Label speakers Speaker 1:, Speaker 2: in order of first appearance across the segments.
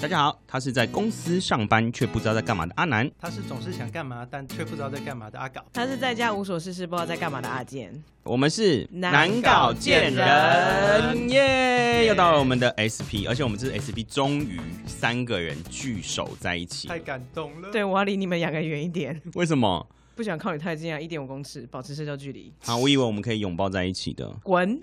Speaker 1: 大家好，他是在公司上班却不知道在干嘛的阿南。
Speaker 2: 他是总是想干嘛，但却不知道在干嘛的阿搞。
Speaker 3: 他是在家无所事事，不知道在干嘛的阿健。
Speaker 1: 我们是
Speaker 3: 难搞贱人
Speaker 1: 耶！又到了我们的 SP，而且我们这是 SP，终于三个人聚首在一起。
Speaker 2: 太感动了。
Speaker 3: 对，我要离你们两个远一点，
Speaker 1: 为什么？
Speaker 3: 不想靠你太近啊，一点五公尺，保持社交距离。
Speaker 1: 啊，我以为我们可以拥抱在一起的。
Speaker 3: 滚！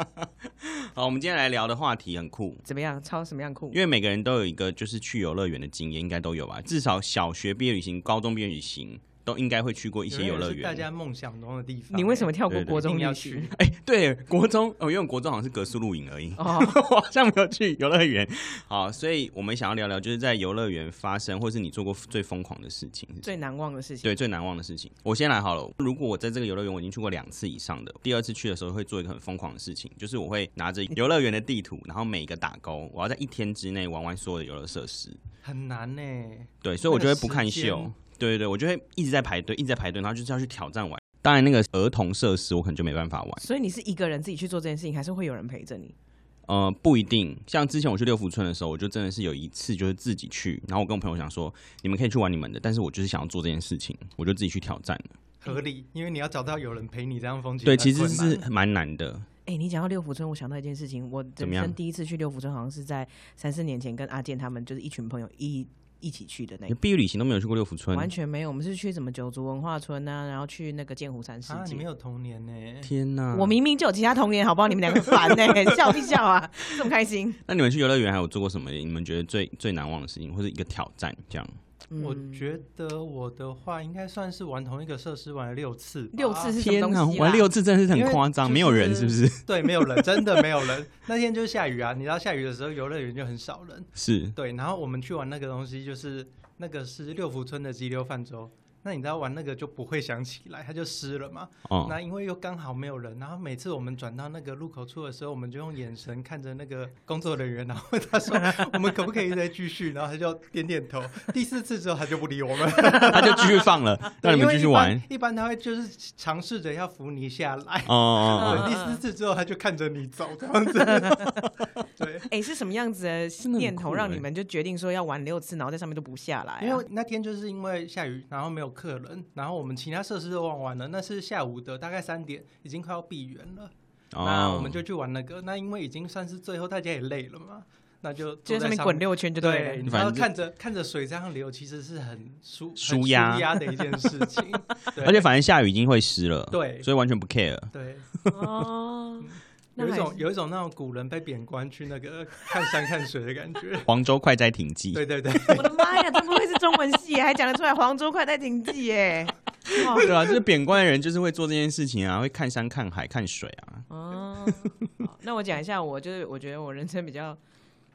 Speaker 1: 好，我们今天来聊的话题很酷，
Speaker 3: 怎么样？超什么样酷
Speaker 1: 因？为每个人都有一个就是去游乐园的经验，应该都有吧？至少小学毕业旅行、高中毕业旅行都应该会去过一些游乐
Speaker 2: 是
Speaker 1: 园。
Speaker 2: 大家梦想中的地方。
Speaker 3: 你为什么
Speaker 2: 欸
Speaker 3: 跳过
Speaker 1: 对对
Speaker 3: 国中
Speaker 2: 一定要
Speaker 3: 历
Speaker 2: 去
Speaker 3: 史？
Speaker 1: 哎、对，国中哦，因为我国中好像是格数露营而已，
Speaker 3: 哦，
Speaker 1: 我好像没有去游乐园。好，所以我们想要聊聊，就是在游乐园发生，或是你做过最疯狂的事情是什么，
Speaker 3: 最难忘的事 情。
Speaker 1: 对最难忘的事情。我先来好了。如果我在这个游乐园我已经去过两次以上的，第二次去的时候会做一个很疯狂的事情，就是我会拿着游乐园的地图，然后每一个打勾，我要在一天之内玩完所有的游乐设施。
Speaker 2: 很难呢、
Speaker 1: 对，所以我就会不看哦
Speaker 2: 那个时间
Speaker 1: 秀。对对对，我就会一直在排队，一直在排队，然后就是要去挑战玩。当然，那个儿童设施我可能就没办法玩。
Speaker 3: 所以你是一个人自己去做这件事情，还是会有人陪着你？
Speaker 1: 呃，不一定。像之前我去六福村的时候，我就真的是有一次就是自己去，然后我跟我朋友讲说，你们可以去玩你们的，但是我就是想要做这件事情，我就自己去挑战了。
Speaker 2: 合理，因为你要找到有人陪你，这样风景
Speaker 1: 对，
Speaker 2: 很
Speaker 1: 其实
Speaker 2: 困难
Speaker 1: 是蛮难的。
Speaker 3: 哎、你讲到六福村，我想到一件事情，我
Speaker 1: 怎
Speaker 3: 人
Speaker 1: 么样
Speaker 3: 生第一次去六福村，好像是在三四年前，跟阿健他们就是一群朋友一一起去的那
Speaker 1: 你
Speaker 3: 个。
Speaker 1: 毕业旅行都没有去过六福村，
Speaker 3: 完全没有，我们是去什么九族文化村啊，然后去那个剑湖山世
Speaker 2: 啊，你
Speaker 3: 界
Speaker 2: 没。有童年呢、
Speaker 1: 天呐！
Speaker 2: 嗯
Speaker 3: 我明明就有其他童年，好不好？你们两个烦呢、 笑一笑啊，这么开心。
Speaker 1: 那你们去游乐园还有做过什么？你们觉得最最难忘的事情，或者一个挑战这样？
Speaker 3: 嗯
Speaker 2: 我觉得我的话应该算是玩同一个设施玩了六次吧，啊
Speaker 3: 六次是什么
Speaker 1: 天
Speaker 3: 东
Speaker 1: 呐，
Speaker 3: 西啦？
Speaker 1: 玩六次真的是
Speaker 2: 因
Speaker 1: 很
Speaker 2: 为
Speaker 1: 夸张，
Speaker 2: 就是
Speaker 1: 没有人是不是？
Speaker 2: 对，没有人，真的没有人。那天就是下雨啊，你知道下雨的时候游乐园就很少人。
Speaker 1: 是
Speaker 2: 对，然后我们去玩那个东西，就是那个是六福村的鸡溜饭粥。那你知道玩那个就不会想起来，它就湿了嘛。
Speaker 1: 哦，
Speaker 2: 那因为又刚好没有人，然后每次我们转到那个入口处的时候，我们就用眼神看着那个工作人员，然后问 他说我们可不可以再继续？然后他就点点头。第四次之后他就不理 我们，
Speaker 1: 他就继续放了，让你
Speaker 2: 因
Speaker 1: 们
Speaker 2: 为
Speaker 1: 继续
Speaker 2: 一般
Speaker 1: 玩。。
Speaker 2: 一般他会就是尝试着要扶你下来。
Speaker 1: 哦哦哦，
Speaker 2: 对，第四次之后他就看着你走这样子。对，
Speaker 3: 哎、是什么样子的
Speaker 1: 的很
Speaker 3: 念
Speaker 1: 酷
Speaker 3: 头让
Speaker 1: 欸
Speaker 3: 你们就决定说要玩六次，然后在上面都不下来、啊？
Speaker 2: 因为那天就是因为下雨，然后没有客人，然后我们其他设施都玩完了。那是下午的大概三点，已经快要闭园了。
Speaker 1: 哦
Speaker 2: 啊那我们就去玩那个。那因为已经算是最后，大家也累了嘛，那就
Speaker 3: 就
Speaker 2: 坐
Speaker 3: 在上面滚。六圈就对了。
Speaker 2: 对，
Speaker 1: 反
Speaker 2: 然
Speaker 1: 正
Speaker 2: 后
Speaker 1: 就
Speaker 2: 看着看着水这样流，其实是很舒很
Speaker 1: 舒
Speaker 2: 舒
Speaker 1: 压
Speaker 2: 压的一件事情。对
Speaker 1: 而且反正下雨已经会湿了，
Speaker 2: 对
Speaker 1: 所以完全不 care。。
Speaker 2: 对，
Speaker 3: 哦，那
Speaker 2: 有一
Speaker 3: 还
Speaker 2: 种
Speaker 3: 是
Speaker 2: 有一种那种古人被贬官去那个看山看水的感觉
Speaker 1: 黄州快哉停记，
Speaker 2: 对对对，
Speaker 3: 我的妈呀，这不愧是中文系，还讲得出来黄州快在停记耶！哇
Speaker 1: 对啊，就是贬官的人就是会做这件事情啊，会看山看海看水啊。
Speaker 3: 哦，好那我讲一下，我就是我觉得我人生比较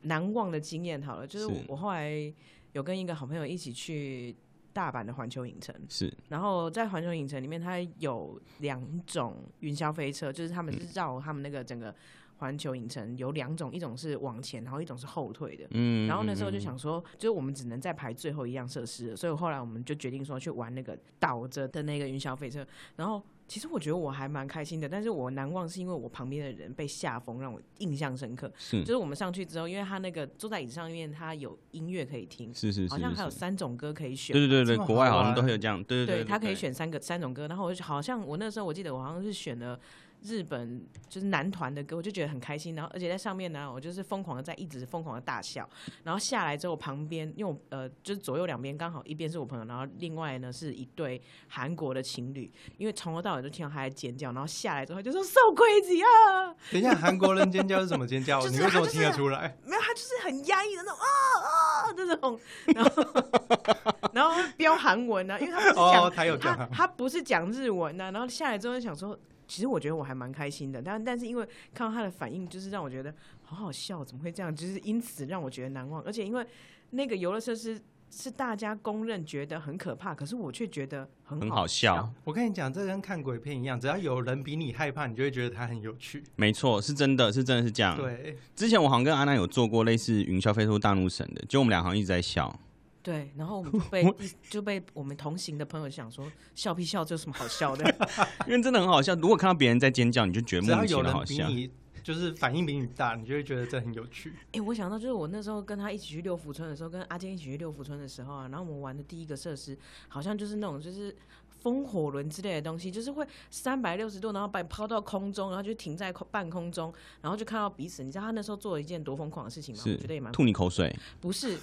Speaker 3: 难忘的经验好了，就是我
Speaker 1: 是
Speaker 3: 我后来有跟一个好朋友一起去大阪的环球影城，
Speaker 1: 是
Speaker 3: 然后在环球影城里面，它有两种云霄飞车，就是
Speaker 1: 嗯
Speaker 3: 他们是绕他们那个整个环球影城有两种，一种是往前，然后一种是后退的。
Speaker 1: 嗯
Speaker 3: 然后那时候就，想说，就是我们只能再排最后一样设施了，所以后来我们就决定说去玩那个倒着的那个云霄飞车。然后其实我觉得我还蛮开心的，但是我难忘是因为我旁边的人被吓疯，让我印象深刻。
Speaker 1: 是
Speaker 3: 就是我们上去之后，因为他那个坐在椅子上面，他有音乐可以听，
Speaker 1: 是是是，
Speaker 3: 好像还有
Speaker 1: 是
Speaker 3: 三种歌可以选。
Speaker 1: 对对对
Speaker 2: 这
Speaker 1: 对，
Speaker 2: 么
Speaker 1: 国外
Speaker 2: 好
Speaker 1: 好
Speaker 2: 玩
Speaker 1: 像都会有这样，对对，
Speaker 3: 对他可以，选三个三种歌，然后我就好像我那时候我记得我好像是选了日本就是男团的歌，我就觉得很开心，然后而且在上面呢，我就是疯狂的在一直疯狂的大笑，然后下来之后旁边因为我呃就是左右两边刚好一边是我朋友，然后另外呢是一对韩国的情侣，因为从头到尾都听到他在尖叫，然后下来之后他就说 so crazy 啊，
Speaker 2: 等一下韩国人尖叫是什么尖叫？
Speaker 3: 就是
Speaker 2: 你为什么
Speaker 3: 他就是
Speaker 2: 听得出来？
Speaker 3: 没有他就是很压抑的那种啊啊这种，然后然后会飙韩文呢、啊，因为他们是讲
Speaker 2: 哦，他有
Speaker 3: 他
Speaker 2: 讲，
Speaker 3: 他不是讲日文啊呐、然后下来之后就想说，其实我觉得我还蛮开心的，但但是因为看到他的反应，就是让我觉得好好笑，怎么会这样？就是因此让我觉得难忘，而且因为那个游乐设施是大家公认觉得很可怕，可是我却觉得很
Speaker 1: 很好
Speaker 3: 好
Speaker 1: 笑，
Speaker 2: 我跟你讲，这跟看鬼片一样，只要有人比你害怕，你就会觉得他很有趣。
Speaker 1: 没错，是真的是真的是这样。，
Speaker 2: 对，
Speaker 1: 之前我好像跟安娜有做过类似云霄飞车大怒神的，就我们俩好像一直在笑，
Speaker 3: 对，然后我们就被就被我们同行的朋友想说，笑屁笑，这有什么好笑的？
Speaker 1: 因为真的很好笑。如果看到别人在尖叫，你就觉得
Speaker 2: 只
Speaker 1: 莫
Speaker 2: 要
Speaker 1: 名其
Speaker 2: 有
Speaker 1: 妙
Speaker 2: 人
Speaker 1: 好
Speaker 2: 比
Speaker 1: 笑。
Speaker 2: 你就是反应比你大，你就会觉得这很有 趣。
Speaker 3: 哎、我想到就是我那时候跟他一起去六福村的时候，跟阿坚一起去六福村的时候啊，然后我们玩的第一个设施好像就是那种就是风火轮之类的东西，就是会三百六十度，然后把你抛到空中，然后就停在空半空中，然后就看到彼此。你知道他那时候做了一件多疯狂的事情吗？
Speaker 1: 是
Speaker 3: 我觉得也蛮
Speaker 1: 吐你口水，
Speaker 3: 不是，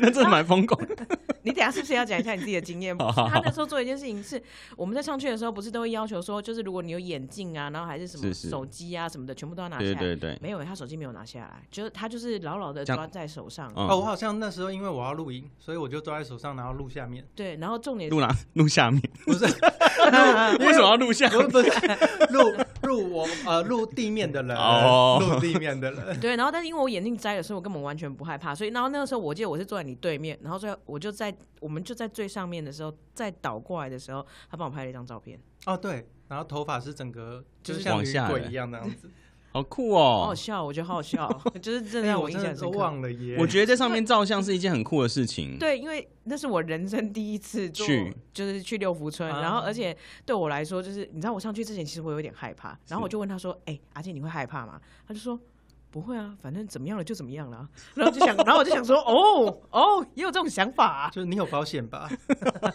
Speaker 1: 那真的蛮疯 狂的。
Speaker 3: 你等一下是不是要讲一下你自己的经验？
Speaker 1: 好好好
Speaker 3: 他那时候做一件事情是，我们在上去的时候不是都会要求说，就是如果你有眼镜啊，然后还是什么
Speaker 1: 是是
Speaker 3: 手机啊什么的，全部都要拿下
Speaker 1: 对
Speaker 3: 来。
Speaker 1: 对 对，
Speaker 3: 没有欸，他手机没有拿下来，就是他就是牢牢的
Speaker 1: 这样
Speaker 3: 抓在手上。
Speaker 1: 嗯
Speaker 2: 哦，我好像那时候因为我要录影，所以我就抓在手上，然后录 下面。
Speaker 3: 对，然后重点
Speaker 1: 录哪录下面？
Speaker 2: 不是，嗯
Speaker 1: 为什么要录下？
Speaker 2: 不是不是录录我呃录地面的人，
Speaker 1: 哦
Speaker 2: 录地面的人。
Speaker 3: 对，然后但是因为我眼镜摘了，所以我根本完全不害怕。所以然后那个时候，我记得我是坐在你对面，然后最后我就在我们就在最上面的时候，再倒过来的时候，他帮我拍了一张照片，
Speaker 2: 哦，对，然后头发是整个就
Speaker 3: 就
Speaker 2: 是是像
Speaker 1: 往
Speaker 2: 女
Speaker 1: 下
Speaker 2: 鬼
Speaker 1: 的
Speaker 2: 一样那样子。
Speaker 1: 好酷
Speaker 3: 好好
Speaker 1: 哦！
Speaker 3: 笑，我觉得好好笑，哦 就是真
Speaker 2: 哎，
Speaker 3: 的让
Speaker 2: 我
Speaker 3: 印
Speaker 2: 真
Speaker 3: 象
Speaker 2: 的
Speaker 3: 深
Speaker 2: 都
Speaker 3: 刻。
Speaker 2: 忘了耶。
Speaker 1: 我觉得在上面照相是一件很酷的事情。
Speaker 3: 对，因为那是我人生第一次做
Speaker 1: 去
Speaker 3: 就是去六福村，
Speaker 2: 啊
Speaker 3: 然后而且对我来说，就是你知道我上去之前，其实我有点害怕，然后我
Speaker 1: 是
Speaker 3: 就问他说：“哎、阿健你会害怕吗？”他就说。不会啊，反正怎么样了就怎么样了啊、然后就想，然后我就想说，哦哦，也有这种想法、啊，
Speaker 2: 就是你有保险吧？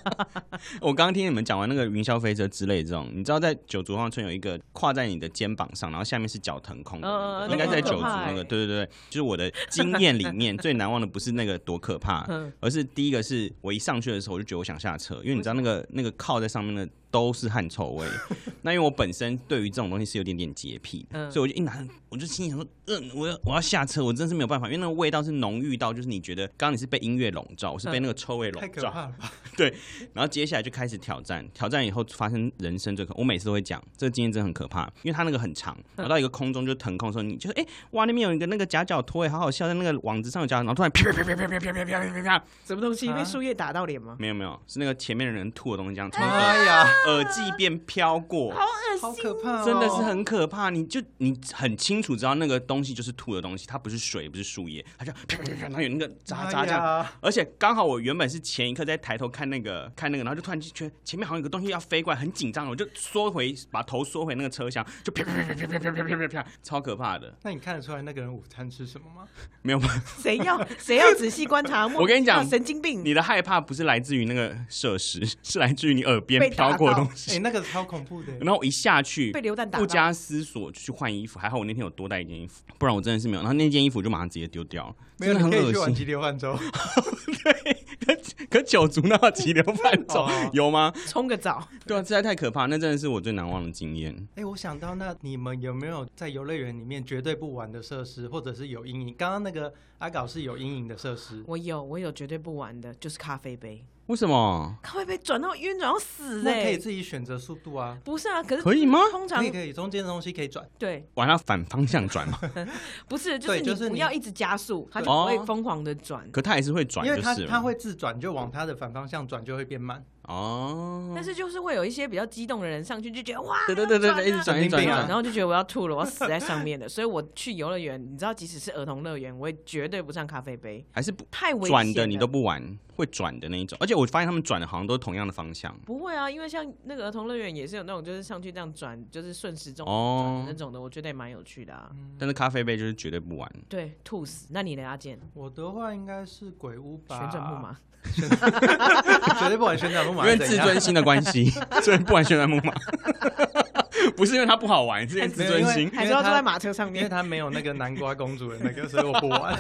Speaker 1: 我刚刚听你们讲完那个云霄飞车之类这种，你知道在九族花村有一个跨在你的肩膀上，然后下面是脚腾空的那个，
Speaker 3: 嗯
Speaker 1: 应该在九族
Speaker 3: 那个很可
Speaker 1: 那
Speaker 3: 怕欸
Speaker 1: 个。对对对，就是我的经验里面 最难忘的不是那个多可怕，
Speaker 3: 嗯，
Speaker 1: 而是第一个是我一上去的时候我就觉得我想下车，因为你知道那个那个靠在上面的都是汗臭 味。那因为我本身对于这种东西是有点点洁癖的，
Speaker 3: 嗯
Speaker 1: 所以我就一拿，我就心里想说，嗯，我要我要下车，我真是没有办法，因为那个味道是浓郁到，就是你觉得刚刚你是被音乐笼罩，我
Speaker 3: 嗯
Speaker 1: 是被那个臭味笼
Speaker 2: 太可
Speaker 1: 罩，
Speaker 2: 怕了吧？
Speaker 1: 然后接下来就开始挑战，挑战以后发生人生最可，我每次都会讲，这个经验真的很可怕，因为它那个很长，然后到一个空中就腾空的时候，你就是哎、哇，那边有一个那个夹角拖，哎，好好笑，在那个网子上有夹角，然后突然啪啪啪啪啪啪啪啪啪啪，
Speaker 3: 什么东西
Speaker 2: 啊
Speaker 3: 被树叶打到脸 吗？
Speaker 1: 没有没有，是那个前面的人吐的东西这样从你的
Speaker 2: 哎呀，
Speaker 1: 耳际边飘过，
Speaker 2: 好可怕哦！
Speaker 1: 真的是很可怕。你就你很清楚知道那个东西就是吐的东西，它不是水，不是树叶，它就啪啪啪，然后有那个渣渣这样。
Speaker 2: 样。
Speaker 1: 而且刚好我原本是前一刻在抬头看那个看那个，然后就突然就觉得前面好像有个东西要飞过来，很紧张，我就缩回把头缩回那个车厢，就啪啪啪啪啪啪啪啪啪啪，超可怕的。
Speaker 2: 那你看得出来那个人午餐吃什么吗？
Speaker 1: 没有，
Speaker 3: 谁要谁要仔细观 察？莫
Speaker 1: 我跟你讲
Speaker 3: 啊神经病！
Speaker 1: 你的害怕不是来自于那个设施，是来自于你耳边
Speaker 3: 被打
Speaker 1: 飘过的
Speaker 3: 到
Speaker 1: 东
Speaker 2: 哎、
Speaker 1: 西。
Speaker 2: 那个超恐怖 的。
Speaker 1: 然后我一下去
Speaker 3: 被，流弹打到
Speaker 1: 不加思索就去换衣服，还好我那天有多带一件衣服，不然我真的是没有。然后那件衣服就马上直接丢掉了，
Speaker 2: 没有，
Speaker 1: 真的
Speaker 2: 你可
Speaker 1: 很
Speaker 2: 以去
Speaker 1: 恶
Speaker 2: 玩
Speaker 1: 心。
Speaker 2: 激流泛舟。
Speaker 1: 可九族那急流泛舟、
Speaker 2: 哦
Speaker 1: 有吗？
Speaker 3: 冲个澡，
Speaker 1: 对啊，实在太可怕，那真的是我最难忘的经验。
Speaker 2: 哎、我想到，那你们有没有在游乐园里面绝对不玩的设施，或者是有阴影？刚刚那个阿搞是有阴影的设施，
Speaker 3: 我有我有绝对不玩的，就是咖啡杯，
Speaker 1: 为什么？
Speaker 3: 咖啡杯转到晕转到死
Speaker 2: 那可
Speaker 3: 哎、
Speaker 2: 以自己选择速度啊。
Speaker 3: 不是啊，可是
Speaker 1: 可以吗
Speaker 3: 通常
Speaker 2: 可以可以，中间的东西可以转。
Speaker 3: 对，
Speaker 1: 往它反方向转 嘛？
Speaker 3: 不是就
Speaker 2: 对
Speaker 3: 是你
Speaker 2: 就是
Speaker 3: 不
Speaker 2: 你
Speaker 3: 要一直加速，它就不会
Speaker 1: 哦
Speaker 3: 疯狂的转。
Speaker 1: 可它还是会转，
Speaker 2: 因为
Speaker 1: 就
Speaker 2: 它
Speaker 1: 是
Speaker 2: 它
Speaker 1: 了
Speaker 2: 会自转，就往它的反方向转，就会变慢。
Speaker 1: 哦
Speaker 3: 但。是就是会有一些比较激动的人上去就觉得哇，
Speaker 1: 对对对对对，一直
Speaker 3: 转啊
Speaker 1: 转一直转一
Speaker 2: 神经病
Speaker 1: 直
Speaker 2: 啊
Speaker 1: 转。
Speaker 3: 然后就觉得我要吐了，我要死在上面了。所以我去游乐园，你知道，即使是儿童乐园，我也绝对不上咖啡杯，
Speaker 1: 还是不
Speaker 3: 太危险
Speaker 1: 转的你
Speaker 3: 了
Speaker 1: 都不玩，会转的那一种。而且我发现他们转的好像都是同样的方向。
Speaker 3: 不会啊，因为像那个儿童乐园也是有那种，就是上去这样转，就是顺时钟转的
Speaker 1: 哦
Speaker 3: 那，种的，我觉得也蛮有趣的啊。
Speaker 1: 但是咖啡杯就是绝对不玩。
Speaker 3: 对，吐死。那你呢，阿健？
Speaker 2: 我的话应该是鬼屋吧，
Speaker 3: 旋转木，马，
Speaker 2: 绝对不玩旋转木
Speaker 1: 因
Speaker 2: 马，
Speaker 1: 为
Speaker 2: 怎
Speaker 1: 自
Speaker 2: 样
Speaker 1: 尊心的关 系，所以不玩旋转木马。 不是因为它不好玩，是因为自尊
Speaker 2: 没有因
Speaker 1: 心
Speaker 2: 为。
Speaker 3: 还是要
Speaker 2: 他
Speaker 3: 坐在马车上
Speaker 2: 因为
Speaker 3: 面？
Speaker 2: 它没有那个南瓜公主的那个，所以我不玩。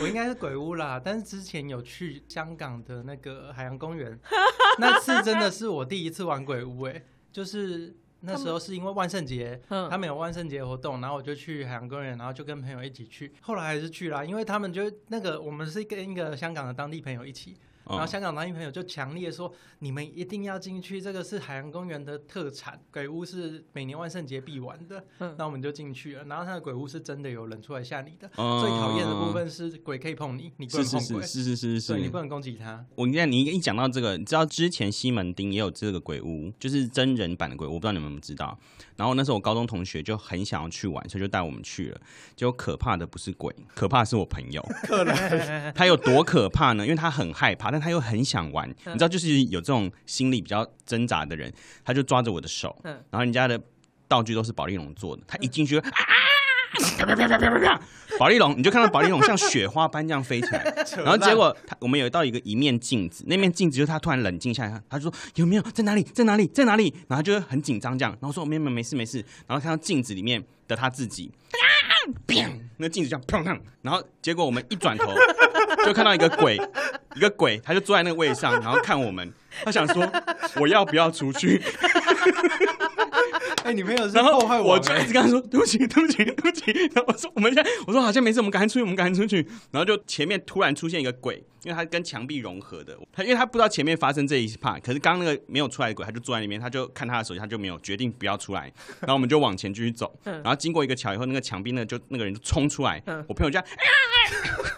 Speaker 2: 我应该是鬼屋啦，但是之前有去香港的那个海洋公园，那次真的是我第一次玩鬼屋、欸，就是那时候是因为万圣节，
Speaker 3: 嗯
Speaker 2: 他们有万圣节活动，然后我就去海洋公园，然后就跟朋友一起去，后来还是去啦，因为他们就那个我们是跟一个香港的当地朋友一起，然后
Speaker 1: 嗯
Speaker 2: 香港男女朋友就强烈说：“你们一定要进去，这个是海洋公园的特产，鬼屋是每年万圣节必玩的。
Speaker 3: 嗯
Speaker 2: 那我们就进去了，然后他的鬼屋是真的有人出来吓你的。
Speaker 1: 嗯
Speaker 2: 最讨厌的部分是鬼可以碰你，你不
Speaker 1: 是
Speaker 2: 能
Speaker 1: 是
Speaker 2: 碰
Speaker 1: 是
Speaker 2: 鬼，
Speaker 1: 是是是
Speaker 2: 对你
Speaker 1: 是
Speaker 2: 不。能攻击 他。
Speaker 1: 我跟你讲，你一讲到这个，你知道之前西门町也有这个鬼屋，就是真人版的鬼屋，我不知道你们有没有知道。然后那时候我高中同学就很想要去玩，所以就带我们去了。结果可怕的不是鬼，可怕的是我朋友。他有多可怕呢？因为他很害怕，但他又很想玩。你知道，就是有这种心理比较挣扎的人，他就抓着我的手，
Speaker 3: 嗯
Speaker 1: 然后人家的道具都是保丽龙做的，他一进去就啊。啪啪啪啪啪啪啪！保丽龙，你就看到保丽龙像雪花般这样飞起来，然后结果他我们有到一个一面镜子，那面镜子就是他突然冷静下来，他就说有没有在哪里在哪里在哪里，然后就是很紧张这样，然后说没有没有没事没事，然后看到镜子里面的他自己，砰！那镜子这样砰砰，然后结果我们一转头就看到一个鬼，一个鬼，他就坐在那个位上，然后看我们，他想说我要不要出去，
Speaker 2: 哎，你朋友是
Speaker 1: 然后
Speaker 2: 破坏欸
Speaker 1: 我
Speaker 2: 我
Speaker 1: 就一直跟他说对不起对不起对不起，然后我说我们现在我说好像没事，我们赶快出去，我们赶快出去，然后就前面突然出现一个鬼，因为他跟墙壁融合的，他因为他不知道前面发生这一 part，可是刚刚那个没有出来的鬼，他就坐在那边，他就看他的手机，他就没有决定不要出来，然后我们就往前继续走，
Speaker 3: 嗯
Speaker 1: 然后经过一个桥以后，那个墙壁那个就那个人就冲出来
Speaker 3: 嗯，
Speaker 1: 我朋友就这样。啊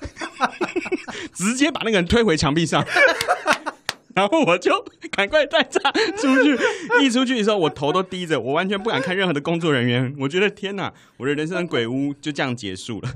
Speaker 1: 直接把那个人推回墙壁上， 然后我就赶快带他出去。 一出去的时候，我头都低着，我完全不敢看任何的工作人员。我觉得天哪，我的人生的鬼屋就这样结束了，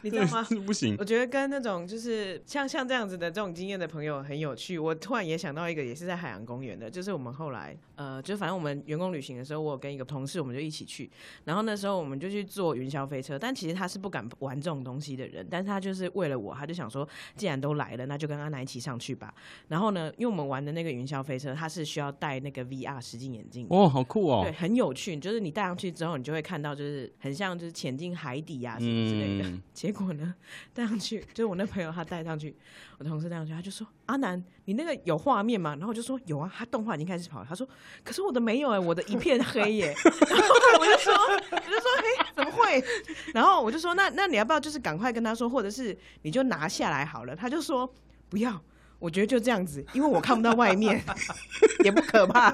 Speaker 3: 你知道 吗？呃
Speaker 1: 是不行。
Speaker 3: 我觉得跟那种就是像像这样子的这种经验的朋友很有趣。我突然也想到一个，也是在海洋公园的，就是我们后来呃，就反正我们员工旅行的时候，我有跟一个同事，我们就一起去。然后那时候我们就去坐云霄飞车，但其实他是不敢玩这种东西的人，但是他就是为了我，他就想说，既然都来了，那就跟阿南一起上去吧。然后呢，因为我们玩的那个云霄飞车，它是需要戴那个 VR 实境眼镜的。
Speaker 1: 哦，好酷
Speaker 3: 对，
Speaker 1: 哦！
Speaker 3: 很有趣。就是你戴上去之后，你就会看到，就是很像就是潜进海底啊什么之类的。
Speaker 1: 嗯，
Speaker 3: 结果呢， 戴上去就是我那朋友他戴上去，我同事戴上去，他就说：“阿南，你那个有画面吗？”然后我就说：“有啊，他动画已经开始跑了。”他说：“可是我的没有哎、我的一片黑耶、 然后我就说：“我就说，哎、怎么会？” 然后我就说：“那那你要不要就是赶快跟他说，或者是你就拿下来好了？”他就说：“不要，我觉得就这样子，因为我看不到外面， 也不可怕。”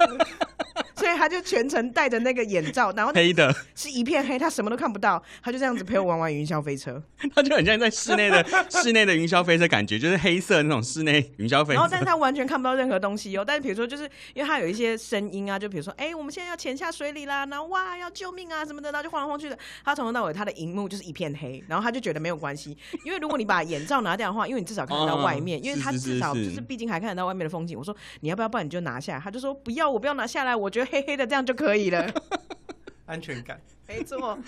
Speaker 3: 所以他就全程戴着那个眼 罩，然后
Speaker 1: 黑的，
Speaker 3: 是一片黑，他什么都看不到，他就这样子陪我玩玩云霄飞车。
Speaker 1: 它就很像在室内的室内的云霄飞车，感觉就是黑色那种室内云霄飞
Speaker 3: 然后，
Speaker 1: 车。
Speaker 3: 但是他完全看不到任何东西哦。但是比如说，就是因为他有一些声音啊，就比如说，哎、我们现在要潜下水里啦，然后哇，要救命啊什么的，然后就晃来晃去的。他从头到尾他的荧幕就是一片黑，然后他就觉得没有关系，因为如果你把眼罩拿掉的话，因为你至少看得到外面，
Speaker 1: 嗯
Speaker 3: 因为他
Speaker 1: 是是
Speaker 3: 至少就是是毕竟还看得到外面的风景。我说你要不要，不然你就拿下来。他就说不要，我不要拿下来，我觉得黑黑的这样就可以了。
Speaker 2: 安全感。
Speaker 3: 没错，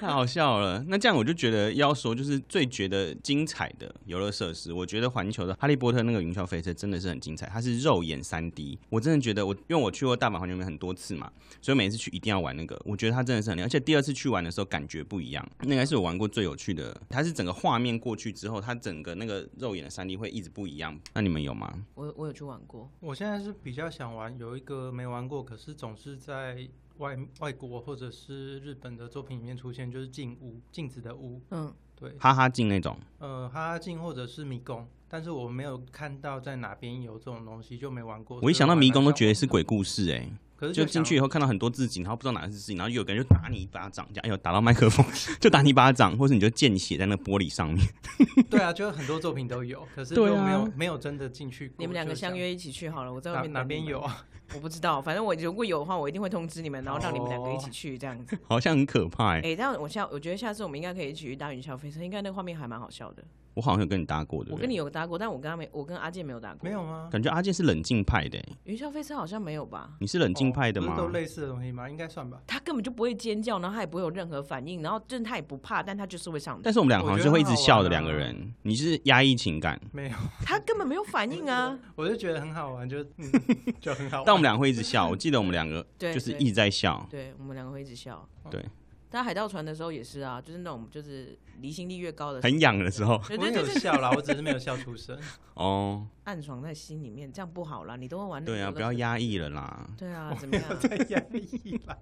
Speaker 1: 太好笑了。那这样我就觉得要说，就是最觉得精彩的游乐设施，我觉得环球的《哈利波特》那个云霄飞车真的是很精彩，它是肉眼三 D。我真的觉得我，因为我去过大阪环球影城很多次嘛，所以每次去一定要玩那个。我觉得它真的是很厉害，而且第二次去玩的时候感觉不一样，那个是我玩过最有趣的。它是整个画面过去之后，它整个那个肉眼的三 D 会一直不一样。那你们有吗？
Speaker 3: 我我有去玩过，
Speaker 2: 我现在是比较想玩，有一个没玩过，可是总是在外外国或者是日本的作品里面出现，就是镜屋，镜子的屋。
Speaker 3: 嗯，
Speaker 2: 对，
Speaker 1: 哈哈镜那种，
Speaker 2: 呃，哈哈镜或者是迷宫，但是我没有看到在哪边有这种东西，就没玩过。
Speaker 1: 我一想到迷宫都觉得是鬼，故事哎、
Speaker 2: 可是
Speaker 1: 就
Speaker 2: 想
Speaker 1: 进去以后看到很多字景，然后不知道哪个是字景，然后有个人就打你一巴掌，这样哎呦打到麦克风 就打你一巴掌，或者你就见血在那玻璃上面。
Speaker 2: 对啊，就很多作品都有，可是就
Speaker 1: 对
Speaker 2: 没有、
Speaker 1: 啊
Speaker 2: 没有真的进去过。
Speaker 3: 你们两个
Speaker 2: 就想
Speaker 3: 相约一起去好了，我在外
Speaker 2: 哪
Speaker 3: 面
Speaker 2: 哪
Speaker 3: 等你
Speaker 2: 边
Speaker 3: 们
Speaker 2: 有？ 啊？
Speaker 3: 我不知道，反正我如果有的话，我一定会通知你们，然后让你们两个一起去这样子。
Speaker 1: 好像很可怕哎、
Speaker 3: 哎、但我下我觉得下次我们应该可以一起去搭云霄飞车，应该那个画面还蛮好笑的。
Speaker 1: 我好像有跟你搭过，对不
Speaker 3: 我
Speaker 1: 对？
Speaker 3: 跟你有搭过，但我跟他没，我跟阿健没有搭过。
Speaker 2: 没有吗？
Speaker 1: 感觉阿健是冷静派的、欸，
Speaker 3: 云霄飞车好像没有吧？
Speaker 1: 你是冷静派的
Speaker 2: 哦不
Speaker 1: 吗？
Speaker 2: 是都类似的东西吗？应该算吧。
Speaker 3: 他根本就不会尖叫，然后他也不会有任何反应，然后就是他也不怕，但他就是会 上
Speaker 1: 但
Speaker 3: 当，
Speaker 1: 是我们两个好像是会一直笑的两个
Speaker 2: 我觉
Speaker 1: 人，你是压抑情感，
Speaker 2: 没有，
Speaker 3: 他根本没有反应 啊。
Speaker 2: 我就觉得很好玩，就、嗯、就很好玩。
Speaker 1: 但我们两个会一直笑。我记得我们两个
Speaker 3: 对
Speaker 1: 就是
Speaker 3: 对
Speaker 1: 一直在笑，
Speaker 3: 对我们两个会一直笑。
Speaker 1: 对，
Speaker 3: 搭海盗船的时候也是啊，就是那种就是离心力越高的，
Speaker 1: 很痒的时候
Speaker 3: 对
Speaker 2: 我
Speaker 3: 对
Speaker 2: 有
Speaker 3: 对，
Speaker 2: 笑啦，我只是没有笑 出声。
Speaker 1: 哦，
Speaker 3: 暗爽在心里面，这样不好啦。你都会玩那个
Speaker 1: 对啊，
Speaker 3: 游乐
Speaker 1: 不要
Speaker 3: 设
Speaker 1: 压抑了啦。
Speaker 3: 对啊，怎么
Speaker 2: 没
Speaker 3: 样
Speaker 2: 有？
Speaker 1: 哎
Speaker 2: 在压抑啦。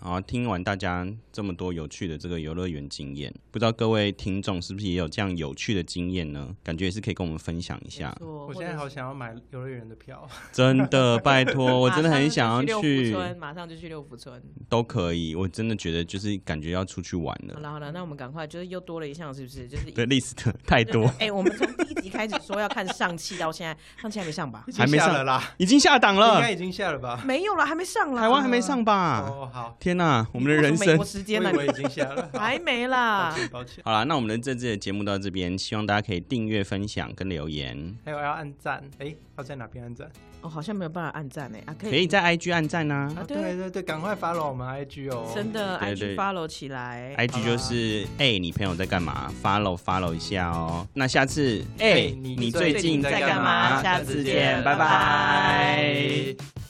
Speaker 1: 好，哦听完大家这么多有趣的这个游乐园经验，不知道各位听众是不是也有这样有趣的经验呢？感觉也是可以跟我们分享一下
Speaker 3: 没。错
Speaker 2: 我
Speaker 3: 或
Speaker 2: 现
Speaker 3: 者
Speaker 2: 在
Speaker 3: 是
Speaker 2: 好想要买游乐园的票，
Speaker 1: 真的， 拜托，我真的很想要
Speaker 3: 马上就去六福
Speaker 1: 去，
Speaker 3: 村，马上就去六福村。
Speaker 1: 都可以。我真的觉得就是感觉要出去玩
Speaker 3: 好
Speaker 2: 嗯
Speaker 1: 了。
Speaker 3: 了好了，那我们赶快，就是又多了一项，是不是？就是
Speaker 1: 对，list 太 多，
Speaker 3: 哎、我们从第一集开始说要看上汽，到现在上汽还没上吧？
Speaker 2: 已
Speaker 1: 还
Speaker 2: 经
Speaker 1: 没
Speaker 2: 下
Speaker 1: 上
Speaker 2: 了啦，
Speaker 1: 已经下档
Speaker 2: 应
Speaker 1: 了啊
Speaker 2: 该，已经下了吧？
Speaker 3: 没有了，还没上啦。
Speaker 1: 台湾还没上吧？
Speaker 2: 哦，好，
Speaker 1: 天哪、我们的
Speaker 3: 或是
Speaker 1: 人
Speaker 3: 美
Speaker 1: 生
Speaker 3: 国时
Speaker 2: 我以
Speaker 3: 间呢？
Speaker 2: 为已经下了，好
Speaker 3: 还啊没
Speaker 2: 抱
Speaker 3: 啦。
Speaker 2: 歉抱歉，
Speaker 1: 好啦，那我们的这次的节目到这边，希望大家可以订阅、分享跟留言，
Speaker 2: 还有要按赞，哎，要在哪边按赞？
Speaker 3: 哦，好像没有办法按赞呢。啊，可
Speaker 1: 可以在 IG 按赞呐、
Speaker 2: 啊，
Speaker 3: 啊对
Speaker 2: 对对对，赶快 follow 我们 IG 哦，
Speaker 3: 真的
Speaker 1: 对
Speaker 3: IG
Speaker 1: 对
Speaker 3: follow 起来。
Speaker 1: IG 就是哎、你朋友在干嘛？follow follow 一下哦。那下次哎、
Speaker 2: 你
Speaker 1: 你
Speaker 2: 最
Speaker 1: 最
Speaker 2: 近
Speaker 1: 近
Speaker 2: 在
Speaker 1: 在
Speaker 2: 干
Speaker 1: 干
Speaker 2: 嘛
Speaker 1: 嘛？
Speaker 3: 下
Speaker 1: 下
Speaker 3: 次
Speaker 1: 次
Speaker 3: 见
Speaker 1: 见，
Speaker 3: 拜
Speaker 1: 拜
Speaker 3: 拜
Speaker 1: 拜。